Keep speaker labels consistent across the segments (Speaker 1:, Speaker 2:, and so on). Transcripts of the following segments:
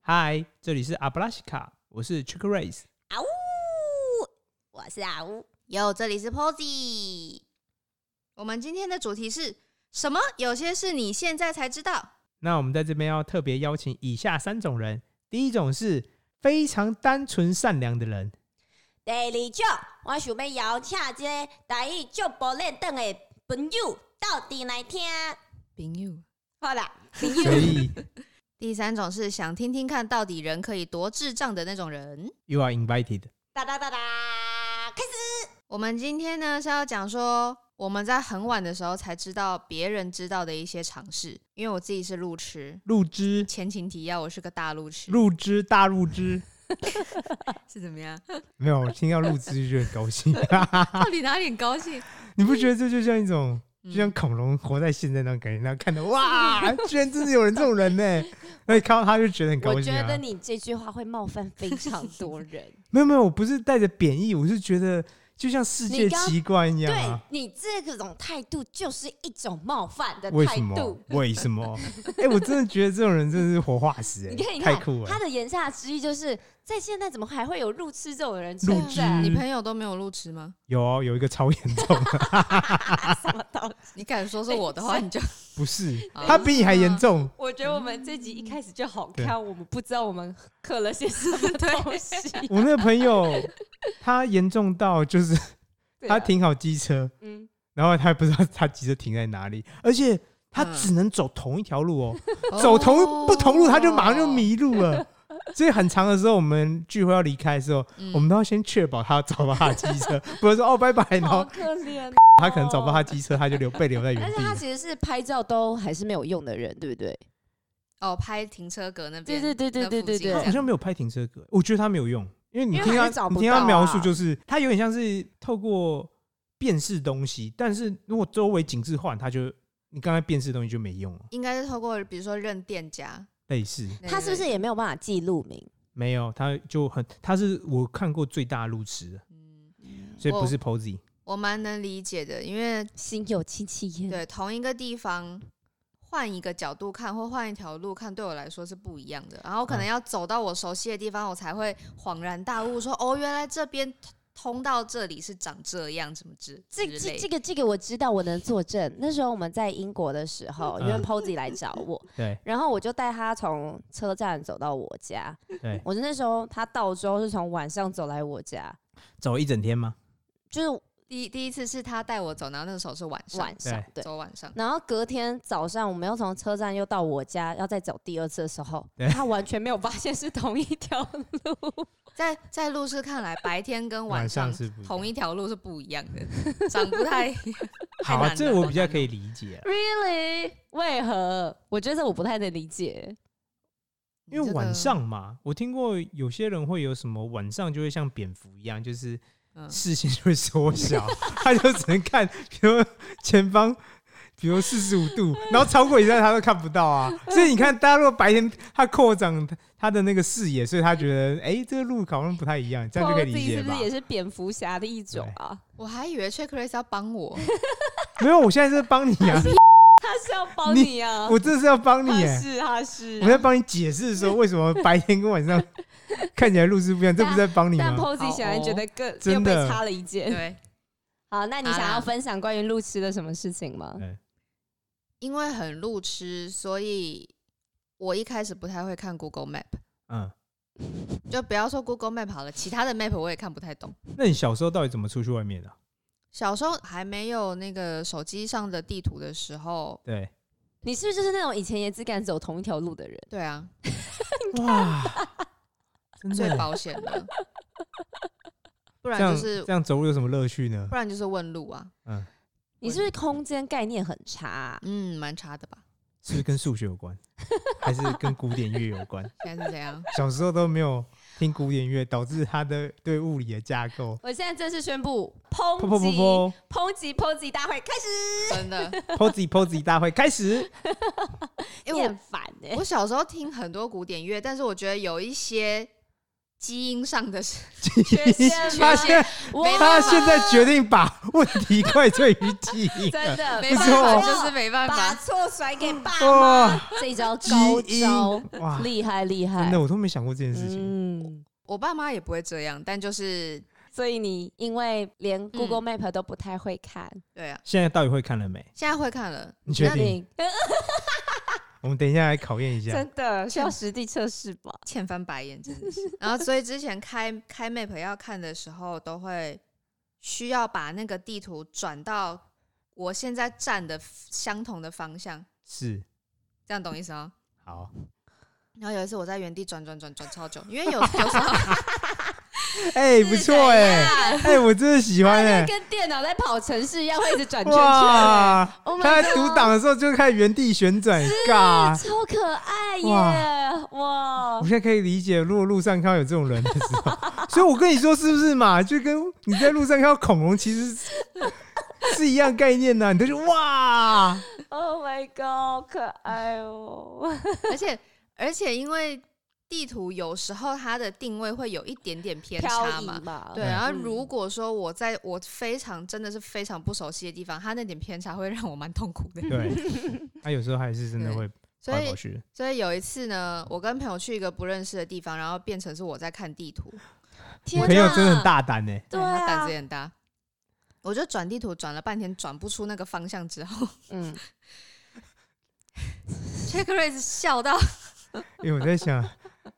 Speaker 1: 嗨，这里是阿布拉西卡，我是 Chick Race。
Speaker 2: 啊呜，我是啊呜，哟，这里是 Posy。
Speaker 3: 我们今天的主题是什么？有些事你现在才知道。
Speaker 1: 那我们在这边要特别邀请以下三种人：第一种是非常单纯善良的 人；
Speaker 2: 第二种，我想要邀请一个台语足无认得的朋友到底来听。
Speaker 3: 朋友。
Speaker 2: 好啦，
Speaker 1: 所以
Speaker 3: 第三种是想听听看到底人可以多智障的那种人。
Speaker 1: you are invited。
Speaker 2: 哒哒哒哒，开始。
Speaker 3: 我们今天呢是要讲说我们在很晚的时候才知道别人知道的一些常识，因为我自己是路痴。
Speaker 1: 入之，
Speaker 3: 前情提要，我是个大路痴，
Speaker 1: 入之，大入之。
Speaker 3: 是怎么样？
Speaker 1: 没有，我听到入之就很高兴。
Speaker 3: 到底哪里很高兴？
Speaker 1: 你不觉得这就像一种，
Speaker 3: 嗯
Speaker 1: 就像恐龙活在现在那种感觉？然后看到哇，居然真的有人这种人呢、 那你看到他就觉得很高
Speaker 4: 我
Speaker 1: 兴
Speaker 4: 觉
Speaker 1: 啊
Speaker 4: 得。你这句话会冒犯非常多 人。
Speaker 1: 没有没有，我不是带着贬义，我是觉得就像世界
Speaker 4: 你刚
Speaker 1: 奇观一样
Speaker 4: 对
Speaker 1: 啊。
Speaker 4: 你这种态度就是一种冒犯的
Speaker 1: 为
Speaker 4: 态
Speaker 1: 什么
Speaker 4: 度。？
Speaker 1: 为什 么？哎、我真的觉得这种人真的是活化石、哎
Speaker 4: 你看，你
Speaker 1: 太
Speaker 4: 看
Speaker 1: 酷，了、
Speaker 4: 他的言下之意就是在现在怎么还会有路痴这种人
Speaker 1: 路
Speaker 4: 存
Speaker 1: 痴
Speaker 4: 在？
Speaker 3: 你朋友都没有路痴吗？
Speaker 1: 有哦，有一个超严重的，
Speaker 4: 什么道理？
Speaker 3: 你敢说说我的 话，你就
Speaker 1: 不是
Speaker 4: 哦
Speaker 3: 好
Speaker 1: 他比你还严重。
Speaker 4: 我觉得我们这集一开始就好
Speaker 1: 对啊
Speaker 4: 看，我们不知道我们刻了些什 么东西。
Speaker 1: 我那个朋 友，他严重到就是
Speaker 4: 对啊
Speaker 1: 他，停好机车，
Speaker 4: 嗯，
Speaker 1: 然后他也不知道他机车停在哪里，而且他
Speaker 3: 嗯
Speaker 1: 只能走同一条路哦，走同不同路他就马上就。
Speaker 3: 哦
Speaker 1: 迷路 了。所以很长的时候，我们聚会要离开的时候，
Speaker 3: 嗯
Speaker 1: 我们都要先确保他找到他的机车， 不是说哦拜拜，然
Speaker 4: 好
Speaker 1: 后
Speaker 4: 可 怜。
Speaker 1: 他可能找不到他机车，他就留被留在原
Speaker 4: 但是
Speaker 1: 地
Speaker 4: 他
Speaker 1: 了。
Speaker 4: 其实是拍照都还是没有用的人，对不对？
Speaker 3: 哦，拍停车格那边，
Speaker 4: 对对对对对
Speaker 1: 他好
Speaker 4: 对对
Speaker 3: 那附近这样
Speaker 1: 像没有拍停车格，我觉得他没有用，因为你
Speaker 4: 因为
Speaker 1: 听他
Speaker 4: 还是找不
Speaker 1: 你听他
Speaker 4: 到
Speaker 1: 描
Speaker 4: 啊
Speaker 1: 述，就是他有点像是透过辨识东西，但是如果周围景致换，他就你刚才辨识的东西就没用了，
Speaker 3: 应该是透过比如说认店家，
Speaker 1: 类似
Speaker 3: 那
Speaker 4: 他是不
Speaker 3: 个
Speaker 4: 是也没有办法记录名？
Speaker 1: 没有，他就很他是我看过最大的路痴了，
Speaker 3: 嗯
Speaker 1: 所以不
Speaker 3: 我
Speaker 1: 是 Posy，
Speaker 3: 我蛮能理解的，因为
Speaker 4: 心有戚戚焉。
Speaker 3: 对同一个地方换一个角度看或换一条路看，对我来说是不一样的。然后可能
Speaker 1: 嗯
Speaker 3: 要走到我熟悉的地方，我才会恍然大悟说，哦，原来这边通到这里是长这样，怎么之
Speaker 4: 这
Speaker 3: 之
Speaker 4: 这
Speaker 3: 类
Speaker 4: 这个这个我知道，我能作证。那时候我们在英国的时候，因为
Speaker 1: 嗯
Speaker 4: Posy 来找我，
Speaker 1: 对
Speaker 4: 然后我就带他从车站走到我家。
Speaker 1: 对，
Speaker 4: 我那时候他到之后是从晚上走来我家，
Speaker 1: 走一整天吗？
Speaker 4: 就是
Speaker 3: 第第一次是他带我走，然后那个时候是晚上，
Speaker 4: 晚上对。
Speaker 3: 走晚上，
Speaker 4: 然后隔天早上，我们又从车站又到我家，要再走第二次的时候
Speaker 1: 对，
Speaker 4: 他完全没有发现是同一条路。
Speaker 3: 在在路痴看来，白天跟晚上
Speaker 1: 是不
Speaker 3: 同一条路是不一样的，长不太一样。
Speaker 1: 好
Speaker 3: 太
Speaker 1: 啊，
Speaker 3: 难
Speaker 1: 这
Speaker 3: 了
Speaker 1: 我
Speaker 3: 好
Speaker 1: 比较
Speaker 3: 难
Speaker 1: 可
Speaker 3: 哦
Speaker 1: 以理解啊，
Speaker 4: Really？为何？我觉得我不太能理解。
Speaker 1: 因
Speaker 3: 你
Speaker 1: 为
Speaker 3: 这
Speaker 1: 晚
Speaker 3: 个
Speaker 1: 上嘛，我听过有些人会有什么晚上就会像蝙蝠一样，就是
Speaker 3: 嗯
Speaker 1: 视线就会缩小， 他就只能看，比如前方，比如四十五度，然后超过以上他都看不到啊。所以你看，大家如果白天他扩展他的那个视野，所以他觉得哎、这个路好像不太一样，这样就可以
Speaker 4: 哦自
Speaker 1: 理
Speaker 4: 己
Speaker 1: 解
Speaker 4: 是不
Speaker 1: 吧
Speaker 4: 是？也是蝙蝠侠的一种啊？
Speaker 3: 我还以为 Check Race 要 帮我，
Speaker 1: 没有，我现在是帮你啊，
Speaker 4: 他是要帮
Speaker 1: 你
Speaker 4: 你啊，
Speaker 1: 我这是要帮你、
Speaker 4: 他
Speaker 1: 耶，
Speaker 4: 是他是
Speaker 1: 我。在帮你解释说为什么白天跟晚上看起来路是不一样，这不是在帮你
Speaker 4: 但
Speaker 1: 吗？
Speaker 3: 好
Speaker 4: Posy 显然觉得更
Speaker 1: 真
Speaker 4: 又被
Speaker 1: 的
Speaker 4: 插了一剑。
Speaker 3: 对，
Speaker 4: 好，那你
Speaker 3: 啊
Speaker 4: 想要分享关于路痴的什么事情吗？
Speaker 1: 对
Speaker 3: 因为很路痴，所以我一开始不太会看 Google Map，
Speaker 1: 嗯，
Speaker 3: 就不要说 Google Map 好了，其他的 Map 我也看不太懂。
Speaker 1: 那你小时候到底怎么出去外面的、
Speaker 3: 小时候还没有那个手机上的地图的时候，
Speaker 1: 对，
Speaker 4: 你是不是就是那种以前也只敢走同一条路的人？
Speaker 3: 对啊，
Speaker 1: 哇，真
Speaker 3: 最
Speaker 1: 的，
Speaker 3: 保 险了，不
Speaker 1: 这
Speaker 3: 然
Speaker 1: 样
Speaker 3: 就是
Speaker 1: 这样走路有什么乐趣呢
Speaker 3: 不？然就是问路啊，
Speaker 1: 嗯，
Speaker 4: 你是不是空间概念很差啊、
Speaker 3: 嗯，蛮差的吧？
Speaker 1: 是不是跟数学有关，还是跟古典乐有关？
Speaker 3: 现在是这样，
Speaker 1: 小时候都没有听古典乐，导致他的对物理的架构，
Speaker 4: 我现在正式宣布，
Speaker 1: 噗
Speaker 4: 抨
Speaker 1: 噗
Speaker 4: 击
Speaker 1: 噗
Speaker 4: 抨击抨击大会开始，
Speaker 3: 真的，
Speaker 1: 噗，posy posy 大会开始。
Speaker 4: 你
Speaker 3: 因为我
Speaker 4: 很烦哎、
Speaker 3: 我小时候听很多古典乐，但是我觉得有一些基因上 的事，
Speaker 4: 缺陷
Speaker 1: 他现
Speaker 4: 我
Speaker 1: 他现在决定把问题怪罪于基因，
Speaker 4: 真的
Speaker 3: 没办
Speaker 1: 不
Speaker 3: 法，
Speaker 1: 错
Speaker 3: 就是没办
Speaker 2: 把
Speaker 3: 法。
Speaker 2: 错甩给爸妈。
Speaker 1: 哇，
Speaker 4: 这一招高
Speaker 1: 基因
Speaker 4: 招，
Speaker 1: 哇，
Speaker 4: 厉害厉害
Speaker 1: 真的。我都没想过这件事情。
Speaker 4: 嗯，
Speaker 3: 我爸妈也不会这样，但就是
Speaker 4: 所以你因为
Speaker 1: 嗯
Speaker 4: 连 Google Map 都不太会看，
Speaker 3: 对啊，
Speaker 1: 现在到底会看了没？
Speaker 3: 现在会看了。
Speaker 1: 你确
Speaker 3: 那
Speaker 1: 定？我们等一下来考验一下。
Speaker 4: 呃真的需要实地测试吧？
Speaker 3: 欠翻白眼，真的是。然后，所以之前开开 map 要看的时候，都会需要把那个地图转到我现在站的相同的方向，
Speaker 1: 是，
Speaker 3: 这样懂意思吗？
Speaker 1: 好，
Speaker 3: 然后有一次我在原地转转转转超久，因为有有时候
Speaker 1: 哎、不错哎、哎、我真的喜欢哎、
Speaker 4: 跟电脑在跑城市一样，会一直转圈圈欸，
Speaker 1: 哇
Speaker 4: Oh my
Speaker 1: 他在读
Speaker 4: God
Speaker 1: 档的时候就开始原地旋转，嘎！
Speaker 4: 超可爱耶！哇
Speaker 1: 我，现在可以理解，如果路上看到有这种人的时候，所以我跟你说是不是嘛？就跟你在路上看到恐龙，其实是是一样概念呐、你都是哇，
Speaker 4: Oh my god，好可爱哦！
Speaker 3: 而且而且因为地图有时候它的定位会有一点点偏差
Speaker 4: 漂移
Speaker 3: 嘛。
Speaker 4: 嘛，
Speaker 3: 对，
Speaker 1: 嗯
Speaker 3: 然后如果说我在我非常真的是非常不熟悉的地方，它那点偏差会让我蛮痛苦的。
Speaker 1: 对，他有时候还是真的会跑
Speaker 3: 所
Speaker 1: 来
Speaker 3: 以
Speaker 1: 跑去。
Speaker 3: 所以有一次呢，我跟朋友去一个不认识的地方，然后变成是我在看地图，
Speaker 1: 你
Speaker 4: 天
Speaker 1: 朋友
Speaker 4: 哪
Speaker 1: 真的很，大胆呢、
Speaker 4: 对
Speaker 3: 哎他胆
Speaker 4: 啊
Speaker 3: 子，也很大。我就转地图转了半天，转不出那个方向之后
Speaker 4: 嗯，
Speaker 3: ，Jack Race 笑到，
Speaker 1: 因为我在想，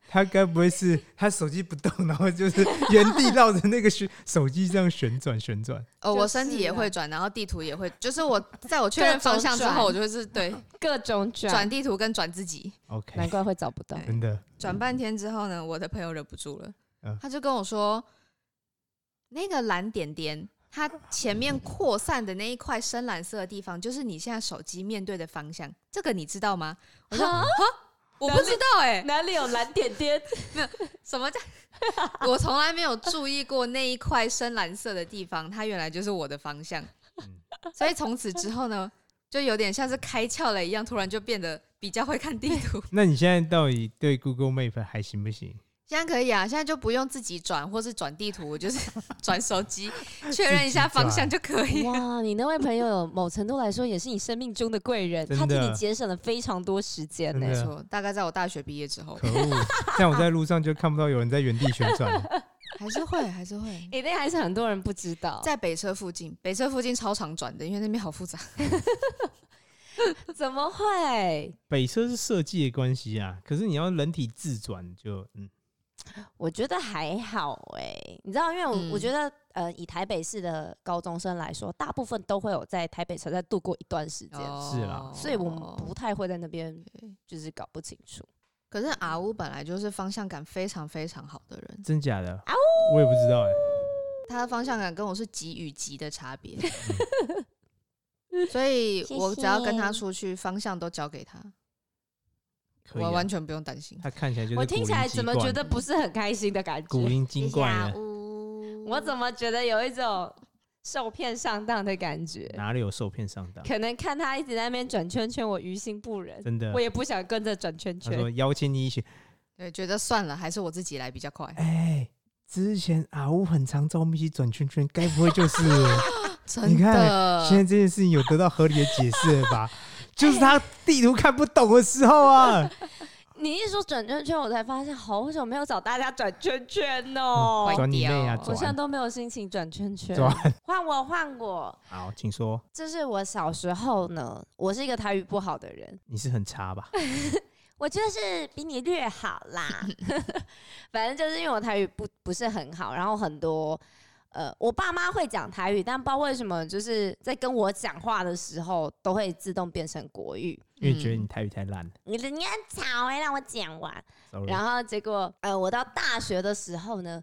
Speaker 1: 他该不会是他手机不动，然后就是原地绕着那个旋手机这样旋转旋转？
Speaker 3: 哦，
Speaker 4: 就是啊
Speaker 3: 我身体也会转，然后地图也会，就是我在我确认方向之后，
Speaker 4: 各
Speaker 3: 我就 是对
Speaker 4: 各种转
Speaker 3: 转，地图跟转自己。
Speaker 1: OK，
Speaker 4: 难怪会找不到。
Speaker 1: 真的，
Speaker 3: 转半天之后呢，我的朋友忍不住了
Speaker 1: 嗯，
Speaker 3: 他就跟我说，那个蓝点点，它前面扩散的那一块深蓝色的地方，就是你现在手机面对的方向，这个你知道吗？我 说
Speaker 4: 哈
Speaker 3: 我不知道哎、
Speaker 4: 哪里有蓝点点？
Speaker 3: 什么叫？ 我从来没有注意过那一块深蓝色的地方，它原来就是我的方向
Speaker 1: 嗯。
Speaker 3: 所以从此之后呢，就有点像是开窍了一样，突然就变得比较会看地图。
Speaker 1: 那你现在到底对 Google Map 还行不行？
Speaker 3: 现在可以啊，现在就不用自己转或是转地图， 我就是 转手机确认一下方向就可以。
Speaker 4: 哇，你那位朋友某程度来说也是你生命中的贵人，
Speaker 1: 真
Speaker 4: 他替
Speaker 1: 的
Speaker 4: 你节省了非常多时间呢
Speaker 1: 真。
Speaker 3: 没
Speaker 1: 的
Speaker 3: 错，大概在我大学毕业之后，
Speaker 1: 可 恶！这样我在路上就看不到有人在原地旋转了。
Speaker 3: 还是会还是会
Speaker 4: 一定还是很多人不知道，
Speaker 3: 在北车附近，北车附近超常转的，因为那边好复杂。
Speaker 4: 怎么会？
Speaker 1: 北车是设计的关系啊，可是你要人体自转就嗯，
Speaker 4: 我觉得还好哎、你知道，因为我、
Speaker 3: 嗯
Speaker 4: 我觉得，呃，以台北市的高中生来说，大部分都会有在台北车站度过一段时间，
Speaker 1: 哦是啦
Speaker 4: 所以我们不太会在那边
Speaker 3: 对
Speaker 4: 就是搞不清楚。
Speaker 3: 可是阿乌本来就是方向感非常非常好的人，
Speaker 1: 真假的
Speaker 4: 啊，
Speaker 1: 我也不知道 哎、
Speaker 3: 他的方向感跟我是级与级的 差别，
Speaker 1: 嗯
Speaker 3: 所以我只要跟他出去，方向都交给他，
Speaker 1: 可以
Speaker 3: 我
Speaker 1: 啊、
Speaker 3: 完全不用担心。
Speaker 1: 他看起来就是
Speaker 4: 我听起来怎么觉得
Speaker 3: 的
Speaker 4: 不是很开心的感
Speaker 1: 古
Speaker 4: 觉？
Speaker 1: 灵精怪啊呢？
Speaker 4: 啊我
Speaker 1: 嗯
Speaker 3: 我
Speaker 4: 怎
Speaker 3: 么
Speaker 4: 么觉得有一种受骗上当的感觉？
Speaker 1: 哪里有受骗上当？
Speaker 4: 可能看他一直在那边转圈圈，我于心不忍，
Speaker 1: 真的
Speaker 4: 我，也不想跟着转圈
Speaker 1: 啊他
Speaker 4: 圈
Speaker 1: 说。邀请你一起
Speaker 3: 对？觉得算了，还是我自己来比较快。
Speaker 1: 哎、之前阿乌很常找我们一起转圈圈，该不会 就是
Speaker 3: 真
Speaker 1: 你看
Speaker 3: 的，
Speaker 1: 现在这件事情有得到合理的解释了吧？就是他地图看不懂的时候啊，
Speaker 4: 你一说转圈圈，我才发现好久没有找大家转圈圈哦。
Speaker 1: 转嗯你妹啊，
Speaker 3: 坏掉
Speaker 4: 我现在
Speaker 1: 转
Speaker 4: 都没有心情转圈 圈。
Speaker 1: 转
Speaker 4: 换我，换我。
Speaker 1: 好，请说，
Speaker 4: 这是我小时候呢，我是一个台语不好的人，
Speaker 1: 你是很差吧？
Speaker 4: 嗯我觉得是比你略好 啦。反正就是因为我台语不不是很好，然后很多呃，我爸妈会讲台语，但不知道为什么，就是在跟我讲话的时候都会自动变成国语。
Speaker 1: 因为觉得你台语太烂了
Speaker 4: 你你很吵哎、让我讲完。
Speaker 3: 嗯
Speaker 1: ，sorry。
Speaker 4: 然后结果，呃，我到大学的时候呢，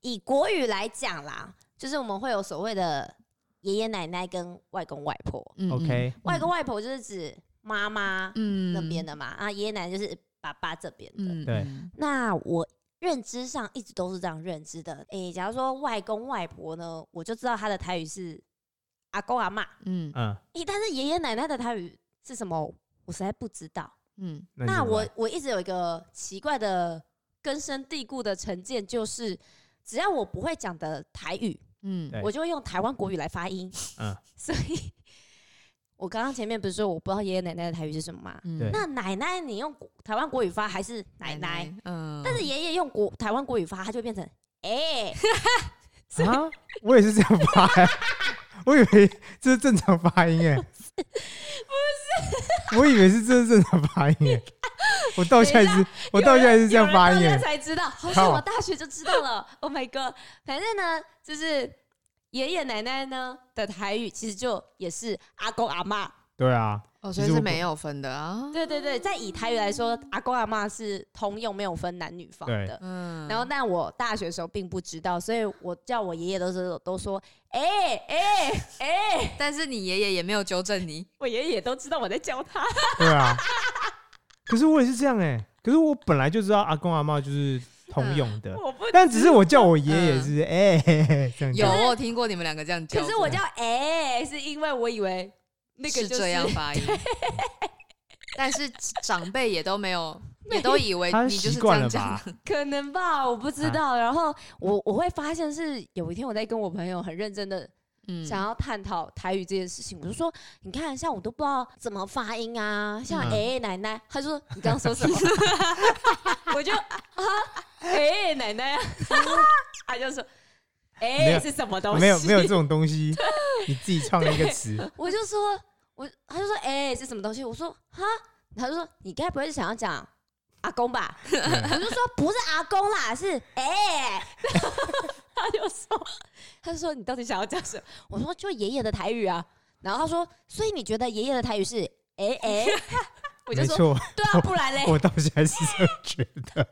Speaker 4: 以国语来讲啦，就是我们会有所谓的爷爷奶奶跟外公外婆。
Speaker 3: 嗯
Speaker 1: OK
Speaker 4: 外公外婆就是指妈妈
Speaker 3: 嗯
Speaker 4: 那边，的嘛，啊，爷爷奶奶就是爸爸这边的。
Speaker 3: 嗯，
Speaker 1: 对
Speaker 3: 嗯
Speaker 4: 那我认知上一直都是这样认知的。诶、假如说外公外婆呢，我就知道他的台语是阿公阿妈。
Speaker 3: 嗯
Speaker 1: 嗯，
Speaker 4: 诶、但是爷爷奶奶的台语是什么？我实在不知道。
Speaker 3: 嗯，
Speaker 1: 那你
Speaker 4: 那
Speaker 1: 怎么
Speaker 4: 我
Speaker 1: 办
Speaker 4: 我一直有一个奇怪的根深蒂固的成见就是，只要我不会讲的台语，
Speaker 3: 嗯
Speaker 1: 对
Speaker 4: 我就会用台湾国语来发音。
Speaker 1: 嗯
Speaker 4: 所以我刚刚前面不是说我不知道爷爷奶奶的台语是什么吗？
Speaker 3: 嗯
Speaker 1: 对
Speaker 4: 那奶奶你用国台湾国语发还是奶奶？，
Speaker 3: 嗯，
Speaker 4: 但是爷爷用国台湾国语发，他就变成 哎、
Speaker 1: 啊，我也是这样发、 欸，我以为这是正常发音哎、不是，我以为是这是正常发音哎、 我到现在
Speaker 4: 等
Speaker 1: 是，我到现在是这样发音
Speaker 4: 有
Speaker 1: 哎、
Speaker 4: 人到现在才知 道，好像我大学就知道了。oh my god！反正呢，就是爷爷奶奶呢的台语，其实就也是阿公阿妈。
Speaker 1: 对啊，
Speaker 3: 哦，所以
Speaker 1: 其实
Speaker 3: 是
Speaker 1: 我
Speaker 3: 没有分的啊，
Speaker 4: 对对对，在以台语来说，阿公阿妈是通用，没有分男女方
Speaker 1: 对
Speaker 4: 的。
Speaker 3: 嗯，
Speaker 4: 然后，但我大学的时候并不知道，所以我叫我爷爷的时候都说：“哎哎哎
Speaker 3: 但是你爷爷也没有纠正你，！”
Speaker 4: 我爷爷都知道我在教他。
Speaker 1: 对啊，可是我也是这样哎、可是我本来就知道阿公阿妈就是通用的，
Speaker 4: 我不，
Speaker 1: 但只是我叫我爷爷
Speaker 4: 嗯
Speaker 1: 是 哎、这样
Speaker 3: 有
Speaker 1: 讲
Speaker 3: 我有听过你们两个这样叫
Speaker 4: 可
Speaker 3: 过，
Speaker 4: 是我叫哎、是因为我以为那个
Speaker 3: 是
Speaker 4: 就是
Speaker 3: 这样发音。 但是长辈也都没 有，也都以为
Speaker 1: 他
Speaker 3: 你就是
Speaker 1: 习
Speaker 3: 这
Speaker 1: 惯
Speaker 3: 样
Speaker 1: 了
Speaker 3: 讲
Speaker 1: 吧
Speaker 3: 的。？
Speaker 4: 可能吧，我不知道。
Speaker 1: 啊
Speaker 4: 然后我我会发现是有一天我在跟我朋友很认真的
Speaker 3: 嗯，
Speaker 4: 想要探讨台语这件事情，我就说，你看，像我都不知道怎么发音啊，像
Speaker 1: 嗯
Speaker 4: 爷爷奶奶，他就说 你刚刚说什么？ 我就啊，爷爷奶奶啊， 他就说。
Speaker 1: 嗯没
Speaker 4: 哎、
Speaker 1: 有
Speaker 4: 是什么东西？
Speaker 1: 没有没有这种东西，你自己创了一个词，
Speaker 4: 我就说，我他就说，哎、是什么东西？我说哈，他就说你该不会是想要讲阿公吧？我
Speaker 1: 对
Speaker 4: 就说不是阿公啦，是哎、 他就说，他就说你到底想要讲什么？我说就爷爷的台语啊。然后他说，所以你觉得爷爷的台语是哎哎？ 我就
Speaker 1: 没
Speaker 4: 说
Speaker 1: 错，
Speaker 4: 对啊，不 然嘞，
Speaker 1: 我到现在是这样觉 得。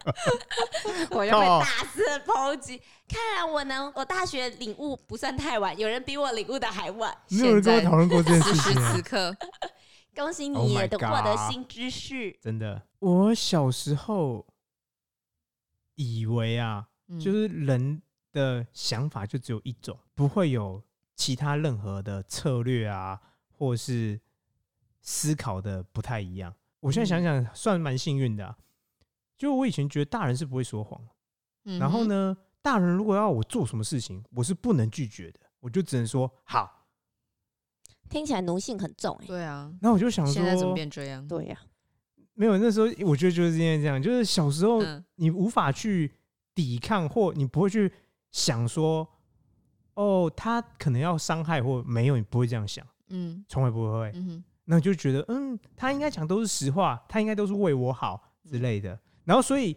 Speaker 4: 我就被大肆抨击。看来我能，我大学领悟不算太晚，有人比我领悟的还晚。
Speaker 1: 没有人跟我讨论过这件
Speaker 3: 此
Speaker 1: 事
Speaker 3: 时
Speaker 1: 情、啊
Speaker 3: 此刻，
Speaker 4: 恭喜
Speaker 1: Oh
Speaker 4: 你
Speaker 1: my
Speaker 4: 也得获得
Speaker 1: God
Speaker 4: 新知识。
Speaker 1: 真的。我小时候以为啊，就
Speaker 3: 嗯
Speaker 1: 是人的想法就只有一种，不会有其他任何的策略啊，或是思考的不太一样。我现在想
Speaker 4: 嗯
Speaker 1: 想，算蛮幸运的啊、就我以前觉得大人是不会说谎，嗯
Speaker 3: 嗯
Speaker 1: 然后？呢，大人如果要我做什么事情，我是不能拒绝的，我就只能说好。
Speaker 4: 听起来奴性很重哎、
Speaker 3: 嗯对啊，
Speaker 1: 那我就想说，
Speaker 3: 现在怎么变这样？
Speaker 4: 对呀、
Speaker 1: 没有，那时候我觉得就是因为这样，就是小时候
Speaker 3: 嗯
Speaker 1: 你无法去抵抗，或你不会去想说，哦，他可能要伤害或没有，你不会这样想，
Speaker 3: 嗯
Speaker 1: 从来不会。
Speaker 3: 嗯哼，
Speaker 1: 那你就觉得，嗯，他应该讲都是实话，他应该都是为我好之
Speaker 3: 嗯
Speaker 1: 类的。然后，所以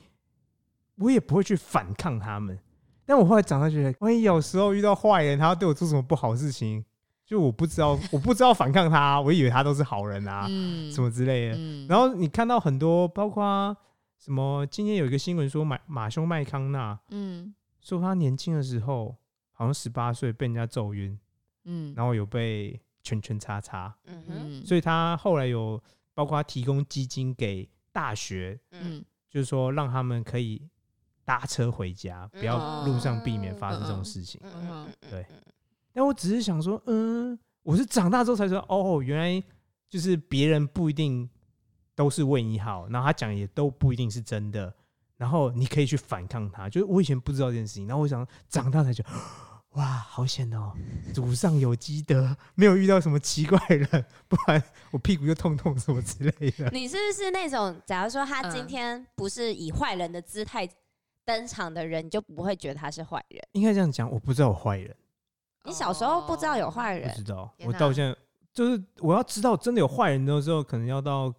Speaker 1: 我也不会去反抗他们。但我后来长大觉得，万一有时候遇到坏人，他要对我做什么不好的事情，就我不知道，我不知道反抗他，我以为他都是好人啊，
Speaker 3: 嗯
Speaker 1: 什么之类的。
Speaker 3: 嗯
Speaker 1: 然后你看到很多，包括什么，今天有一个新闻说马马修麦康纳
Speaker 3: 嗯
Speaker 1: 说他年轻的时候好像十八岁被人家揍晕，
Speaker 3: 嗯
Speaker 1: 然后有被圈圈叉叉，
Speaker 4: 嗯哼，
Speaker 3: 嗯
Speaker 1: 所以他后来有包括他提供基金给大学，
Speaker 4: 嗯，
Speaker 1: 就是说让他们可以搭车回家，不要路上避免发生这种事情。
Speaker 4: 嗯
Speaker 3: 嗯
Speaker 4: 嗯
Speaker 1: 对
Speaker 4: 嗯
Speaker 1: 但我只是想说，嗯，我是长大之后才知道，哦，原来就是别人不一定都是为你好，然后他讲也都不一定是真的，然后你可以去反抗他。就是我以前不知道这件事情，然后我想长大才觉得，哇，好险哦，祖上有积德，没有遇到什么奇怪的人，不然我屁股就痛痛什么之类 的。
Speaker 4: 你是不是那种，假如说他今
Speaker 3: 嗯
Speaker 4: 天不是以坏人的姿态登场的人，你就不会觉得他是坏人？
Speaker 1: 应该这样讲，我不知道我坏人，
Speaker 4: 你小时候不知
Speaker 3: 哦
Speaker 4: 道有坏
Speaker 1: 哦不
Speaker 4: 人，
Speaker 1: 知道，
Speaker 3: 天
Speaker 1: 我
Speaker 3: 哪
Speaker 1: 到现在就是我要知道真的有坏人的时候，可能要到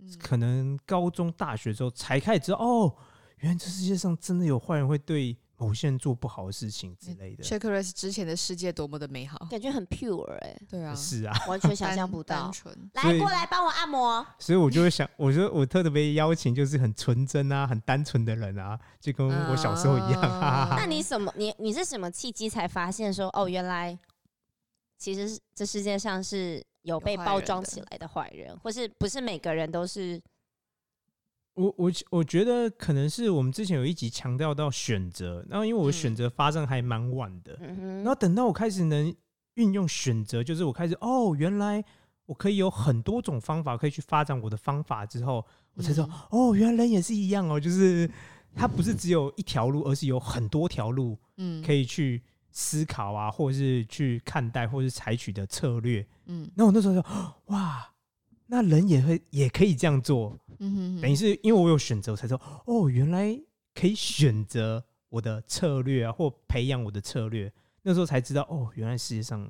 Speaker 3: 嗯
Speaker 1: 可能高中、大学之后才开始知道，哦，原来这世界上真的有坏人会对某些人做不好的事情之类的。
Speaker 3: Check Race 之前的世界多么的美好，
Speaker 4: 感觉很 pure 哎、
Speaker 3: 对啊，
Speaker 1: 是啊，
Speaker 4: 完全
Speaker 3: 单
Speaker 4: 想象不到
Speaker 3: 单。纯，
Speaker 1: 所
Speaker 2: 来
Speaker 1: 以
Speaker 2: 过来帮我按摩。
Speaker 1: 所以我就会想，我就我特别邀请就是很纯真啊、很单纯的人啊，就跟我小时候一样，哈
Speaker 3: 啊哦
Speaker 1: 哈 哈。
Speaker 4: 那你什么？你你是什么契机才发现说，哦，原来其实是这世界上是有被
Speaker 3: 坏
Speaker 4: 包
Speaker 3: 人
Speaker 4: 装
Speaker 3: 的
Speaker 4: 起来的坏人，或是不是每个人都是？
Speaker 1: 我我我觉得可能是我们之前有一集强调到选择，然后因为我
Speaker 3: 嗯
Speaker 1: 选择发生还蛮晚的，
Speaker 4: 嗯
Speaker 1: 然后
Speaker 4: 哼，
Speaker 1: 等到我开始能运用选择，就是我开始哦，原来我可以有很多种方法可以去发展我的方法之后，我才知道、
Speaker 3: 嗯
Speaker 1: 哦，原来人也是一样哦，就是它不是只有一条路，而是有很多条路
Speaker 3: 嗯
Speaker 1: 可以去思考啊，或是去看待，或是采取的策略。
Speaker 3: 嗯
Speaker 1: 那我那时候就哇，那人也会也可以这样做，
Speaker 3: 嗯哼
Speaker 1: 等
Speaker 3: 哼，
Speaker 1: 于是因为我有选择，我才说哦，原来可以选择我的策略啊，或培养我的策略。那时候才知道哦，原来世界上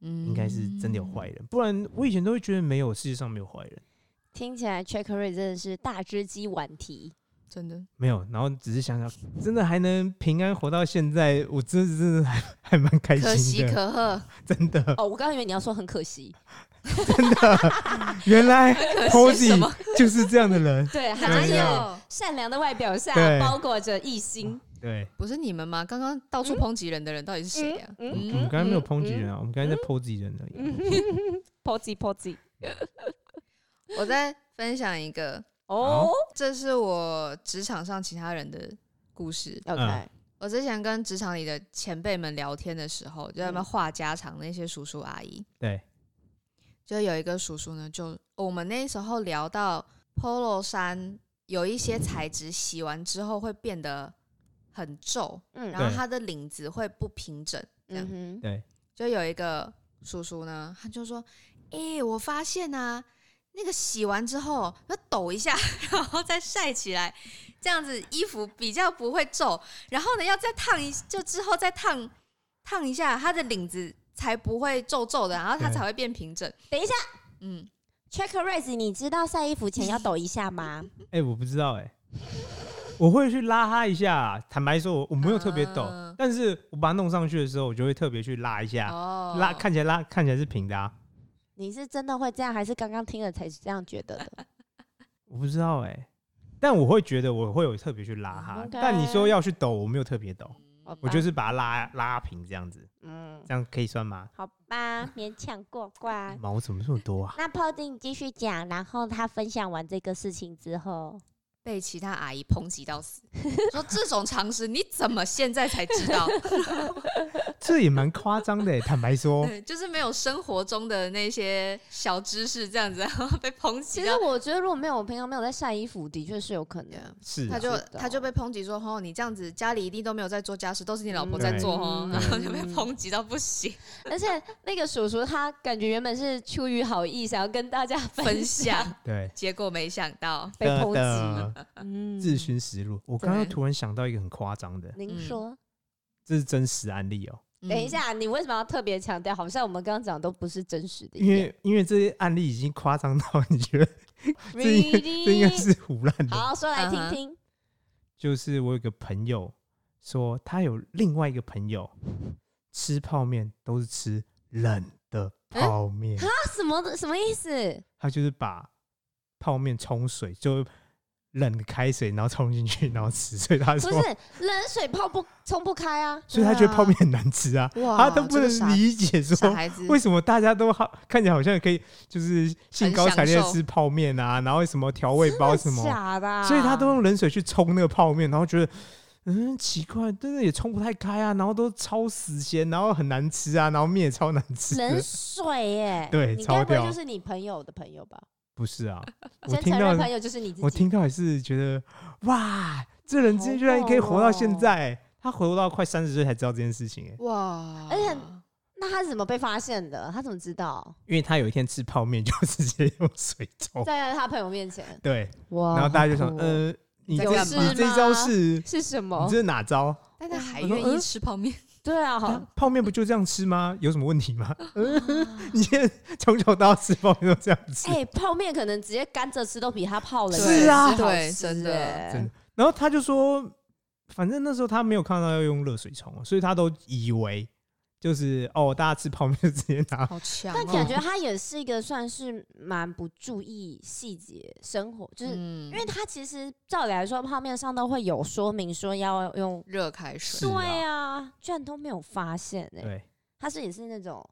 Speaker 3: 应
Speaker 1: 应该是真
Speaker 3: 嗯
Speaker 1: 的有坏人，不然我以前都会觉得没有世界上没有坏人，
Speaker 4: 听起来 Check Ray 真的是大只鸡晚提，
Speaker 3: 真的，
Speaker 1: 没有。然后只是想想，真的还能平安活到现在，我真的真的还还蛮开
Speaker 3: 可
Speaker 1: 心
Speaker 3: 喜
Speaker 1: 的，
Speaker 3: 可贺，
Speaker 1: 真的。
Speaker 4: 哦，我刚刚以为你要说很可惜，
Speaker 1: 原来
Speaker 3: 可惜
Speaker 1: Posy
Speaker 3: 什么？
Speaker 1: 就是这样的 人，
Speaker 4: 对，他
Speaker 1: 对
Speaker 4: 就
Speaker 3: 哪
Speaker 4: 是
Speaker 1: 对
Speaker 3: 有？
Speaker 4: 善良的外表下
Speaker 1: 对
Speaker 4: 包裹着一心。
Speaker 1: 对。
Speaker 3: 不是你们吗？刚刚到处
Speaker 4: 嗯
Speaker 3: 抨击人的人到底是谁啊呀？
Speaker 1: 我们刚才
Speaker 3: 嗯
Speaker 1: 没有抨击人啊，我们刚才在抨击人而已。
Speaker 4: ，Posy Posy，嗯
Speaker 3: 我再分享一个，
Speaker 4: 哦
Speaker 3: 这是我职场上其他人的故事。
Speaker 1: 嗯
Speaker 4: ，OK，
Speaker 3: 我之前跟职场里的前辈们聊天的时候，就
Speaker 4: 嗯
Speaker 3: 在那边话家常，那些叔叔阿姨，
Speaker 1: 对，
Speaker 3: 就有一个叔叔呢，就我们那时候聊到 polo 衫有一些材质洗完之后会变得很皱，
Speaker 4: 嗯
Speaker 3: 然后
Speaker 1: 对
Speaker 3: 它的领子会不平整，这样
Speaker 4: 嗯哼，
Speaker 3: 就有一个叔叔呢，他就说：“诶，我发现啊，那个洗完之后，那抖一下，然后再晒起来，这样子衣服比较不会皱。然后呢，要再烫一，就之后再烫烫一下，它的领子才不会皱皱的，然后它
Speaker 1: 对
Speaker 3: 才会变平整。
Speaker 4: 等一下
Speaker 3: 嗯，
Speaker 4: ，Check Ray，你知道晒衣服前要抖一下吗？
Speaker 1: 哎，我不知道哎，我会去拉他一下。坦白说，我我没有特别抖
Speaker 3: 嗯，
Speaker 1: 但是我把它弄上去的时候，我就会特别去拉一下，
Speaker 3: 哦
Speaker 1: 啊拉看起来拉看起来是平的啊。
Speaker 4: 你是真的会这样，还是刚刚听了才这样觉得 的？
Speaker 1: 我不知道哎，但我会觉得我会有特别去拉他
Speaker 3: 嗯
Speaker 4: OK。
Speaker 1: 但你说要去抖，我没有特别抖，
Speaker 4: 好吧
Speaker 1: 我就是把它拉拉平这样子，
Speaker 4: 嗯，
Speaker 1: 这样可以算吗？
Speaker 4: 好吧，勉强过
Speaker 3: 哎
Speaker 4: 关。
Speaker 1: 毛怎么这么多啊？
Speaker 4: 那 Posy 你继续讲，然后他分享完这个事情之后，
Speaker 3: 被其他阿姨抨击到死， 说这种常识你怎么现在才知道？
Speaker 1: 这也蛮夸张的欸，坦白说，
Speaker 3: 对，就是没有生活中的那些小知识，这样子然后被抨
Speaker 4: 其
Speaker 3: 击
Speaker 4: 实
Speaker 3: 到。
Speaker 4: 我觉得如果没有我平常没有在晒衣服，的确是有可能。
Speaker 3: Yeah
Speaker 1: 是
Speaker 3: 他
Speaker 1: 啊
Speaker 3: 就
Speaker 4: 知道
Speaker 3: 他就被抨击说：“哦吼，你这样子家里一定都没有在做家事，都是你老婆
Speaker 1: 嗯
Speaker 3: 在
Speaker 1: 对
Speaker 3: 做哦。
Speaker 4: 嗯
Speaker 3: 然后就被
Speaker 4: 嗯
Speaker 3: 抨击到不行。
Speaker 4: 而且那个叔叔他感觉原本是出于好意，想要跟大家
Speaker 3: 分
Speaker 4: 享
Speaker 3: 享，
Speaker 1: 对。
Speaker 3: 结果没想到，
Speaker 4: 被抨击。
Speaker 1: 的
Speaker 4: 嗯
Speaker 1: 自寻死路。我刚刚
Speaker 3: 对
Speaker 1: 突然想到一个很夸张的，
Speaker 4: 您说，
Speaker 1: 这是真实案例哦、
Speaker 4: 等一
Speaker 3: 嗯，
Speaker 4: 下，你为什么要特别强调？好像我们刚刚讲的都不是真实的一
Speaker 1: 因
Speaker 4: 样。
Speaker 1: 为因为这些案例已经夸张到你觉得这应该这应该
Speaker 4: Really？
Speaker 1: 是胡乱的。
Speaker 4: 好，说来听
Speaker 3: 嗯哼
Speaker 4: 听。
Speaker 1: 就是我有个朋友说，他有另外一个朋友吃泡面都是吃冷的泡
Speaker 3: 啊
Speaker 1: 面，
Speaker 4: 那什么什么意思？
Speaker 1: 他就是把泡面冲水就。冷的开水，然后冲进去，然后吃，所以他
Speaker 4: 不
Speaker 1: 说，
Speaker 4: 是冷水泡不冲不开啊？
Speaker 1: 所以他觉得泡面很难吃啊，
Speaker 3: 哇
Speaker 1: 他都不
Speaker 3: 这个傻
Speaker 1: 能理解说
Speaker 3: 傻孩子，
Speaker 1: 为什么大家都好看起来好像可以，就是兴高采烈地
Speaker 3: 很享受
Speaker 1: 吃泡面啊，然后什么调味包什么，
Speaker 4: 假的啊？
Speaker 1: 所以他都用冷水去冲那个泡面，然后觉得嗯奇怪，真的也冲不太开啊，然后都超死咸，然后很难吃啊，然后面也超难吃的。
Speaker 4: 冷水 耶。
Speaker 1: 对
Speaker 4: 你该不会
Speaker 1: 超屌
Speaker 4: 就是你朋友的朋友吧？
Speaker 1: 不是 啊，我
Speaker 4: 先
Speaker 1: 听
Speaker 4: 承
Speaker 1: 到
Speaker 4: 认朋友就是你自己。
Speaker 1: 我听到也是觉得哇，这人居然可以活到现在，
Speaker 4: 哦
Speaker 1: 他活到快三十岁才知道这件事情、欸，
Speaker 3: 哇？
Speaker 4: 而且那他是怎么被发现的？他怎么知道？
Speaker 1: 因为他有一天吃泡面就直接用水冲，
Speaker 4: 在他朋友面前，
Speaker 1: 对，
Speaker 4: 哇
Speaker 1: 然后大家就
Speaker 4: 好
Speaker 1: 想
Speaker 4: 酷哦
Speaker 1: 呃。你
Speaker 3: 在
Speaker 1: 这
Speaker 3: 干嘛
Speaker 1: 你这招是
Speaker 4: 是什么
Speaker 1: 你？这是哪招？
Speaker 3: 但他还
Speaker 1: 我说
Speaker 3: 愿意
Speaker 1: 嗯
Speaker 3: 吃泡面，
Speaker 4: 对啊，好
Speaker 1: 啊，泡面不就这样吃吗？有什么问题 吗？呃你现在从小到大吃泡面都这样吃，
Speaker 4: 哎、泡面可能直接干着吃都比它泡了
Speaker 1: 是啊
Speaker 3: 对真的
Speaker 1: 真的然后他就说，反正那时候他没有看到要用热水冲，哦所以他都以为就是哦，大家吃泡面就直接拿。
Speaker 3: 好强哦
Speaker 4: 但感觉他也是一个算是蛮不注意细节生活，就是、
Speaker 3: 嗯
Speaker 4: 因为他其实照理来说泡面上都会有说明说要用，
Speaker 3: 热开
Speaker 1: 是
Speaker 3: 水
Speaker 1: 啊
Speaker 4: 对啊，居然都没有发现哎、
Speaker 1: 对，
Speaker 4: 他是也是那种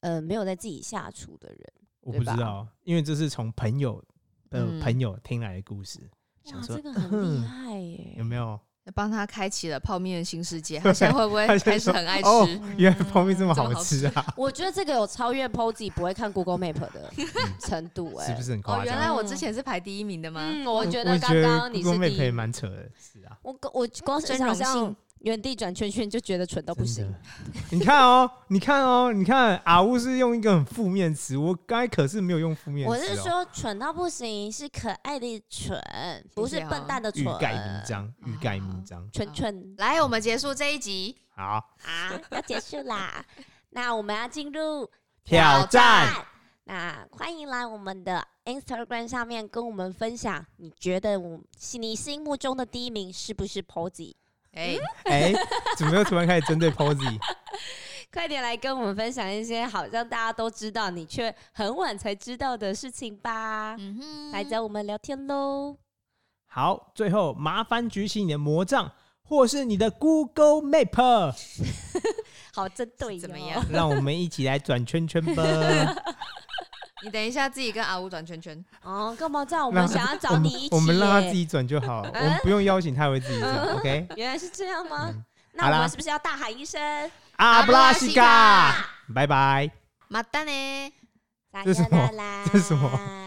Speaker 4: 呃没有在自己下厨的人，
Speaker 1: 我不知
Speaker 4: 对
Speaker 1: 道，因为这是从朋友的
Speaker 3: 嗯
Speaker 1: 朋友听来的故事，
Speaker 4: 哇
Speaker 1: 想，说嗯
Speaker 4: 这个很厉害耶、
Speaker 1: 有没有？
Speaker 3: 帮他开启了泡面的新世界。他现在会不会
Speaker 1: 他就
Speaker 3: 开始
Speaker 1: 说
Speaker 3: 很爱
Speaker 1: 哦
Speaker 3: 吃？，
Speaker 1: 原来泡面这么
Speaker 3: 这么
Speaker 1: 好
Speaker 3: 好
Speaker 1: 吃啊，
Speaker 2: 我觉得这个有超越 Posy 不会看 Google Map 的程度、
Speaker 4: 欸
Speaker 2: 哎，
Speaker 1: 是不？是很
Speaker 3: 哦，
Speaker 1: 夸
Speaker 3: 原
Speaker 1: 张？
Speaker 3: 来我之前是排第一名的吗？
Speaker 2: 嗯，
Speaker 1: 我
Speaker 2: 我觉得
Speaker 1: 我
Speaker 2: 刚刚你
Speaker 1: Google
Speaker 2: 是
Speaker 1: Map
Speaker 2: 第
Speaker 1: 也
Speaker 2: 一，
Speaker 1: 蛮扯的，是 啊，
Speaker 2: 我我光是
Speaker 3: 真
Speaker 2: 想
Speaker 3: 荣幸
Speaker 2: 象原地转圈圈就觉得蠢哦到不
Speaker 1: 真
Speaker 2: 行
Speaker 1: 的。。你看哦，你看哦，你看啊呜是用一个很负面词，我刚才可是没有用负面词、哦，
Speaker 4: 我是说蠢到不行，是可爱的蠢，不是笨蛋的
Speaker 1: 欲
Speaker 4: 蠢。
Speaker 1: 盖弥彰，欲盖弥彰。
Speaker 2: 蠢蠢
Speaker 3: 来，我们结束这一集。
Speaker 1: 好，
Speaker 4: 啊，要结束啦， 那我们要进入
Speaker 1: 挑战。
Speaker 4: 那欢迎来我们的 Instagram 上面跟我们分享，你觉得我是你心目中的第一名是不是 Posy？
Speaker 3: 哎，
Speaker 1: 哎、怎么又突然开始针对 Posy？
Speaker 2: 快点来跟我们分享一些好像大家都知道，你却很晚才知道的事情吧。
Speaker 3: 嗯哼
Speaker 2: 来找我们聊天喽！
Speaker 1: 好，最后麻烦举起你的魔杖，或是你的 Google Map，
Speaker 2: 好，针对
Speaker 3: 怎么
Speaker 2: 哟
Speaker 3: 样？
Speaker 1: 让我们一起来转圈圈吧。
Speaker 3: 你等一下，自己跟阿乌转圈圈。
Speaker 2: 哦，干嘛这样？我
Speaker 1: 那
Speaker 2: 们想要找你一起
Speaker 1: 我们让他
Speaker 2: 耶
Speaker 1: 自己转就好，我们不用邀请他，会自己转。OK，
Speaker 2: 原来是这样吗？
Speaker 1: 嗯
Speaker 2: 那
Speaker 1: 好
Speaker 2: 我
Speaker 1: 啦
Speaker 2: 们是不是要大喊一声？
Speaker 1: 阿布拉西
Speaker 3: 阿布拉
Speaker 1: 嘎
Speaker 3: 西，
Speaker 1: 拜拜。
Speaker 3: 马丹呢？
Speaker 1: 这是什么
Speaker 4: 大家啦啦
Speaker 1: 这是什么？